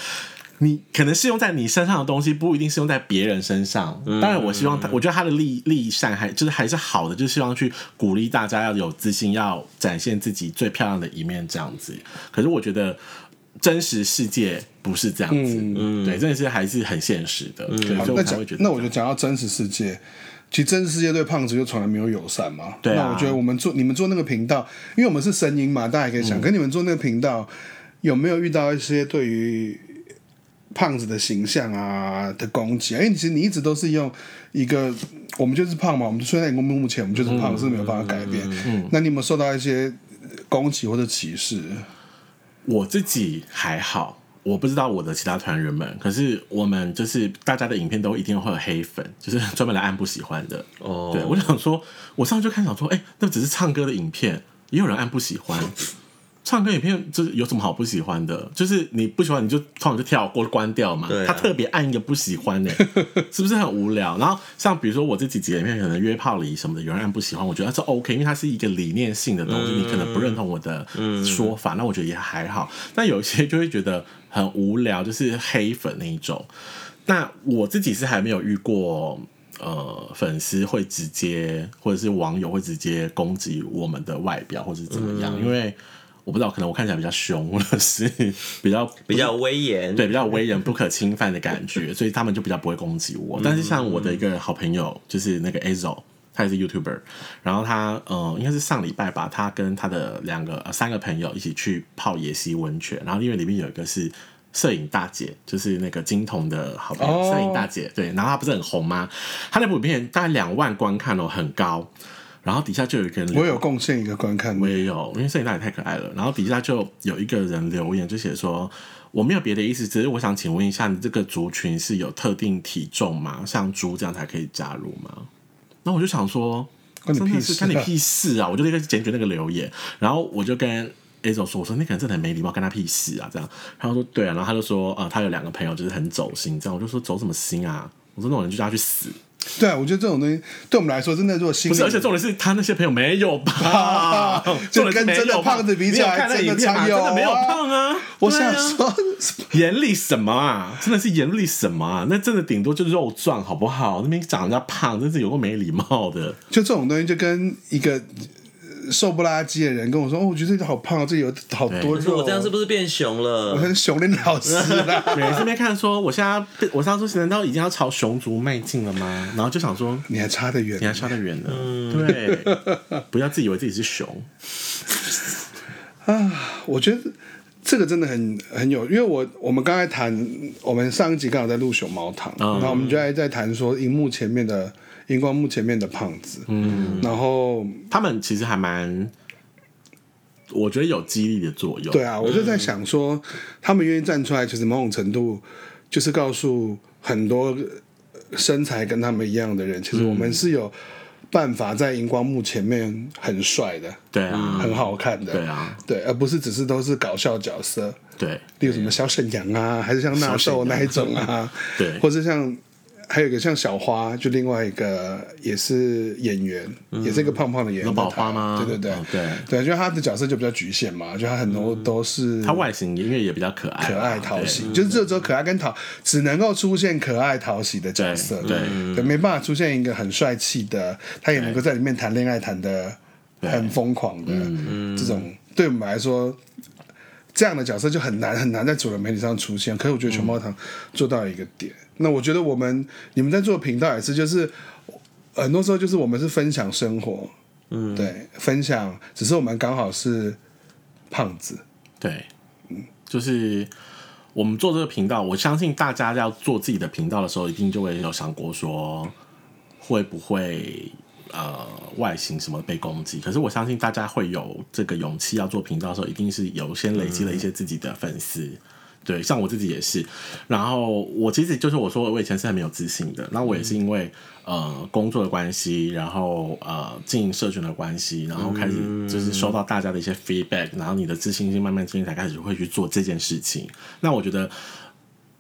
你可能适用在你身上的东西，不一定适用在别人身上。嗯当然，我希望他，我觉得他的利利善还就是还是好的，就是希望去鼓励大家要有自信，要展现自己最漂亮的一面这样子。可是我觉得真实世界不是这样子，对，真的是还是很现实的，对，所嗯以那我才讲会觉，得。那我就讲到真实世界。其实真实世界对胖子就从来没有友善嘛。对啊那我觉得我们做你们做那个频道，因为我们是声音嘛，大家也可以嗯想，跟你们做那个频道，有没有遇到一些对于胖子的形象啊的攻击啊？因为其实你一直都是用一个我们就是胖嘛，我们虽然我们目前我们就是嗯胖，是没有办法改变。那你有没有受到一些攻击或者歧视？我自己还好，我不知道我的其他团员们，可是我们就是大家的影片都一定会有黑粉，就是专门来按不喜欢的。哦对我想说，我上去就看想说，哎、那只是唱歌的影片，也有人按不喜欢。唱歌影片就是有什么好不喜欢的？就是你不喜欢你就通常就跳过关掉嘛。对啊他特别按一个不喜 欢呢、是不是很无聊？然后像比如说我这几集里面可能约炮礼什么的，有人按不喜欢，我觉得这 OK，因为它是一个理念性的东西，嗯你可能不认同我的说法，那我觉得也还好。但有一些就会觉得很无聊，就是黑粉那一种。那我自己是还没有遇过，呃，粉丝会直接或者是网友会直接攻击我们的外表或者是怎么样，嗯因为我不知道，可能我看起来比较凶，或者是比较比较威严，对，比较为人不可侵犯的 感觉，所以他们就比较不会攻击我。但是像我的一个好朋友，就是那个 Azo，他也是 YouTuber，然后他呃应该是上礼拜吧，他跟他的两个、呃、三个朋友一起去泡野溪温泉，然后因为里面有一个是。摄影大姐就是那个金童的好朋友，哦摄影大姐对，然后她不是很红吗？她那部影片大概两万观看哦，很高。然后底下就有一个人留我有贡献一个观看我，也有，因为摄影大也太可爱了。然后底下就有一个人留言，就写说：“我没有别的意思，只是我想请问一下，你这个族群是有特定体重吗？像猪这样才可以加入吗？”然后我就想说，关你真屁的是事、干啊！你屁事啊！我就立刻检举那个留言，然后我就跟 A 总说：“我说那个人真的很没礼貌，干他屁事啊！”这样，他就说：“对啊。”然后他就说：“啊、他有两个朋友就是很走心，这样。”我就说：“走什么心啊？”我说：“那种人就叫他去死。”对啊，我觉得这种东西对我们来说，真的如果心里？不是，而且重点是他那些朋友没有吧就重点是跟没有真的吧胖子比起来你有看那真的影片吗常有啊真的没有胖啊。我对 啊想说，眼里什么啊？真的是眼里什么啊？那真的顶多就肉壮，好不好？那边长人家胖，真是有个没礼貌的。就这种东西，就跟一个呃瘦不拉几的人跟我说：“哦，我觉得这个好胖，这里有好多可是肉。”啊我这样是不是变熊我了？很熊林老师 啦。每人这边看说，我现在我上次难道已经要朝熊族迈进了吗？然后就想说，你还差得远你。还差得远呢。对，不要自以为自己是熊。我觉得这个真的很很有，因为我我们刚才谈，我们上一集刚好在录熊猫堂，嗯然后我们就在在谈说荧幕前面的荧光幕前面的胖子，嗯，然后他们其实还蛮，我觉得有激励的作用。对啊，我就嗯在想说，他们愿意站出来，其实某种程度就是告诉很多呃身材跟他们一样的人，其实我嗯们是有办法在荧光幕前面很帅的、对啊，嗯很好看的，对啊，对，而不是只是都是搞笑角色，对。例如什么小沈阳啊，还是像纳豆那一种啊， 对或者像。还有一个像小花，就另外一个也是演员，也是一个胖胖的演员。嗯有宝花吗对对对、哦对对，就他的角色就比较局限嘛，就他很多都是它外形因为也比较可爱啊，可爱讨对喜，就是这种可爱跟讨只能够出现可爱讨喜的角色，对嗯对对，没办法出现一个很帅气的，他也能够在里面谈恋爱谈的很疯狂的嗯这种，对我们来说。这样的角色就很难很难在主流媒体上出现，可是我觉得熊猫堂做到一个点。那我觉得我们你们在做频道也是，就是很多时候就是我们是分享生活，嗯，对，分享，只是我们刚好是胖子，对，嗯就是我们做这个频道，我相信大家要做自己的频道的时候，一定就会有想过说会不会呃外形什么被攻击。可是我相信大家会有这个勇气要做频道的时候，一定是有先累积了一些自己的粉丝。对，像我自己也是。然后我其实就是我说，我以前是很没有自信的。那我也是因为呃工作的关系，然后呃经营社群的关系，然后开始就是收到大家的一些 feedback，然后你的自信心慢慢建立，才开始会去做这件事情。那我觉得。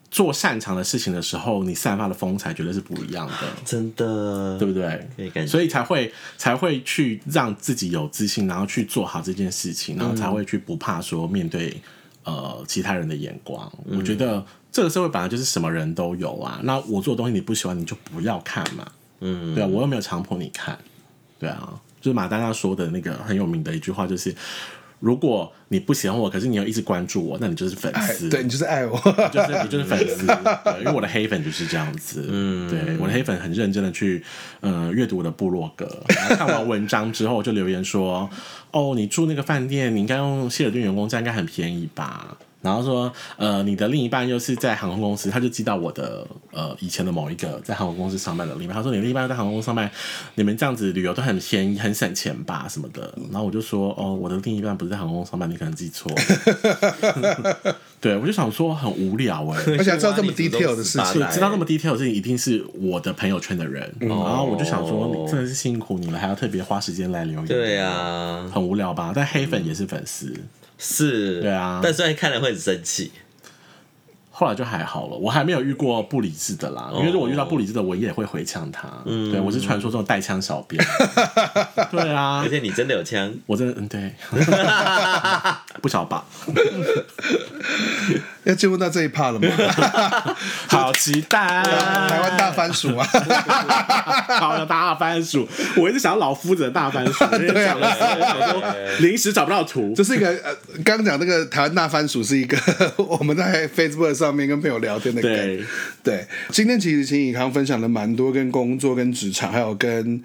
做擅长的事情的时候，你散发的风采绝对是不一样的。真的，对不对？可以感觉所以才会才会去让自己有自信，然后去做好这件事情，然后才会去不怕说面对呃其他人的眼光。我觉得这个社会本来就是什么人都有啊。那我做的东西你不喜欢，你就不要看嘛。嗯，对啊，我又没有强迫你看。对啊，就是马丹娜说的那个很有名的一句话，就是如果你不喜欢我，可是你又一直关注我，那你就是粉爱丝，哎对你就是爱我，就是你就是粉丝，对，因为我的黑粉就是这样子，嗯，对，我的黑粉很认真的去呃阅读我的部落格，然后看完文章之后就留言说，哦，你住那个饭店，你应该用希尔顿员工价，应该很便宜吧？然后说，呃，你的另一半又是在航空公司，他就寄到我的呃以前的某一个在航空公司上班的另一半，他说你另一半在航空公司上班，你们这样子旅游都很便宜，很省钱吧什么的。然后我就说，哦，我的另一半不是在航空公司上班，你可能记错了。 对，我就想说很无聊哎、 而且还知道这么 detail 的事情对，知道那么 detail 的事情，一定是我的朋友圈的人。嗯然后我就想说，你真的是辛苦你了，还要特别花时间来留言。哦对，啊，很无聊吧？但黑嗯粉也是粉丝，是，对啊但虽然看了会很生气，后来就还好了。我还没有遇过不理智的哦啦，因为如果遇到不理智的，我也会回呛他。嗯对，我是传说中的带枪小编。对啊而，且你真的有枪， 我真的嗯对，不少吧？要进入到这一趴了吗？好期待，台湾大番薯啊， 好有大番薯，我一直想要老夫子的大番 薯，啊因为讲了想说临时找不到图，这是一个呃，刚刚讲那个台湾大番薯是一个 我们在 Facebook 上面跟朋友聊天的梗。对对，今天其实请以康分享了蛮多跟工作、跟职场，还有跟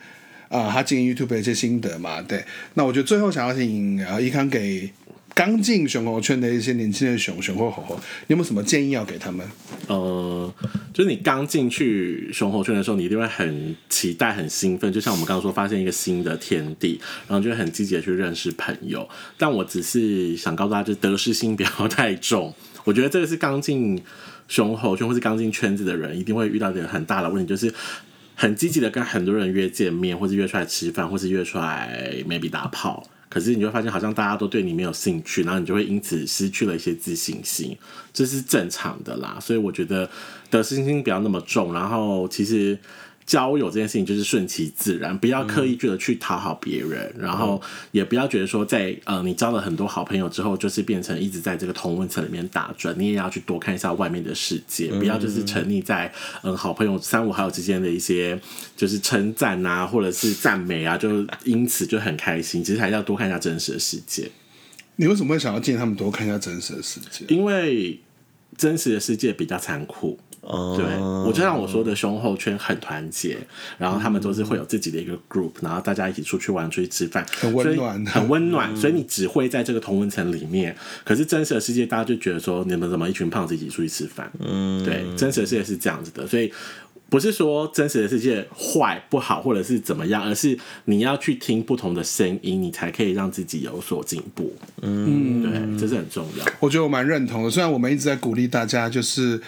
啊、呃他经营 YouTube 的一些心得嘛。对，那我觉得最后想要请呃以康给刚进熊猴圈的一些年轻的熊熊或猴猴，你有没有什么建议要给他们？呃，就是你刚进去熊猴圈的时候，你一定会很期待、很兴奋，就像我们刚刚说，发现一个新的天地，然后就会很积极的去认识朋友。但我只是想告诉大家，就是得失心不要太重。我觉得这个是刚进熊猴圈或是刚进圈子的人一定会遇到的很大的问题，就是。很积极的跟很多人约见面，或是约出来吃饭，或是约出来 maybe 打炮，可是你会发现好像大家都对你没有兴趣，然后你就会因此失去了一些自信心，这是正常的啦。所以我觉得得失心不要那么重，然后其实。交友这件事情就是顺其自然，不要刻意觉得去讨好别人，然后也不要觉得说在呃你交了很多好朋友之后，就是变成一直在这个同温层里面打转，你也要去多看一下外面的世界，不要就是沉溺在嗯嗯、呃好朋友三五好友之间的一些就是称赞啊，或者是赞美啊，就因此就很开心。其实还是要多看一下真实的世界，你为什么会想要建议他们多看一下真实的世界？因为真实的世界比较残酷。哦，对，我就像我说的，胸后圈很团结，然后他们都是会有自己的一个 group，然后大家一起出去玩、出去吃饭，很温暖嗯所以很温暖。所以你只会在这个同温层里面，可是真实的世界，大家就觉得说，你们怎么一群胖子一起出去吃饭？嗯，对，真实的世界是这样子的，所以。不是说真实的世界坏不好，或者是怎么样，而是你要去听不同的声音，你才可以让自己有所进步。嗯，对，这是很重要。我觉得我蛮认同的。虽然我们一直在鼓励大家，就是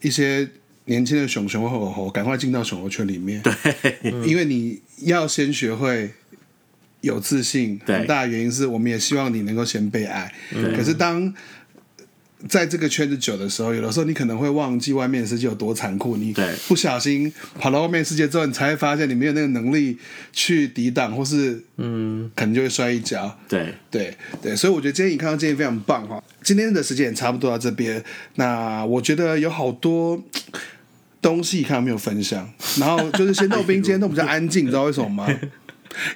一些年轻的熊熊和猴猴，赶快进到熊猴圈里面。对，因为你要先学会有自信。对很大的原因是我们也希望你能够先被爱。可是当在这个圈子久的时候，有的时候你可能会忘记外面的世界有多残酷。你对不小心跑到外面的世界之后，你才会发现你没有那个能力去抵挡，或是嗯，可能就会摔一跤。对，对对，所以我觉得今天你看到建议非常棒哈。今天的时间也差不多到这边，那我觉得有好多东西看到没有分享，然后就是仙豆冰今天都比较安静，你知道为什么吗？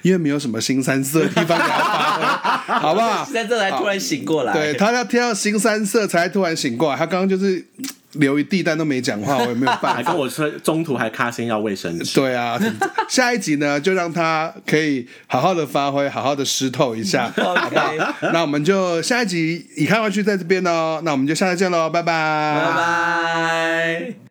因为没有什么新三色的地方给他发挥，好不好 现？在这才突然醒过来，对他要听到新三色才突然醒过来，他刚刚就是流一地但都没讲话，我也没有办法还跟。我说中途还卡先要卫生纸。对啊，下一集呢就让他可以好好的发挥，好好的湿透一下， ，OK，拜那我们就下一集已看完去在这边喽，那我们就下次见喽，拜拜拜。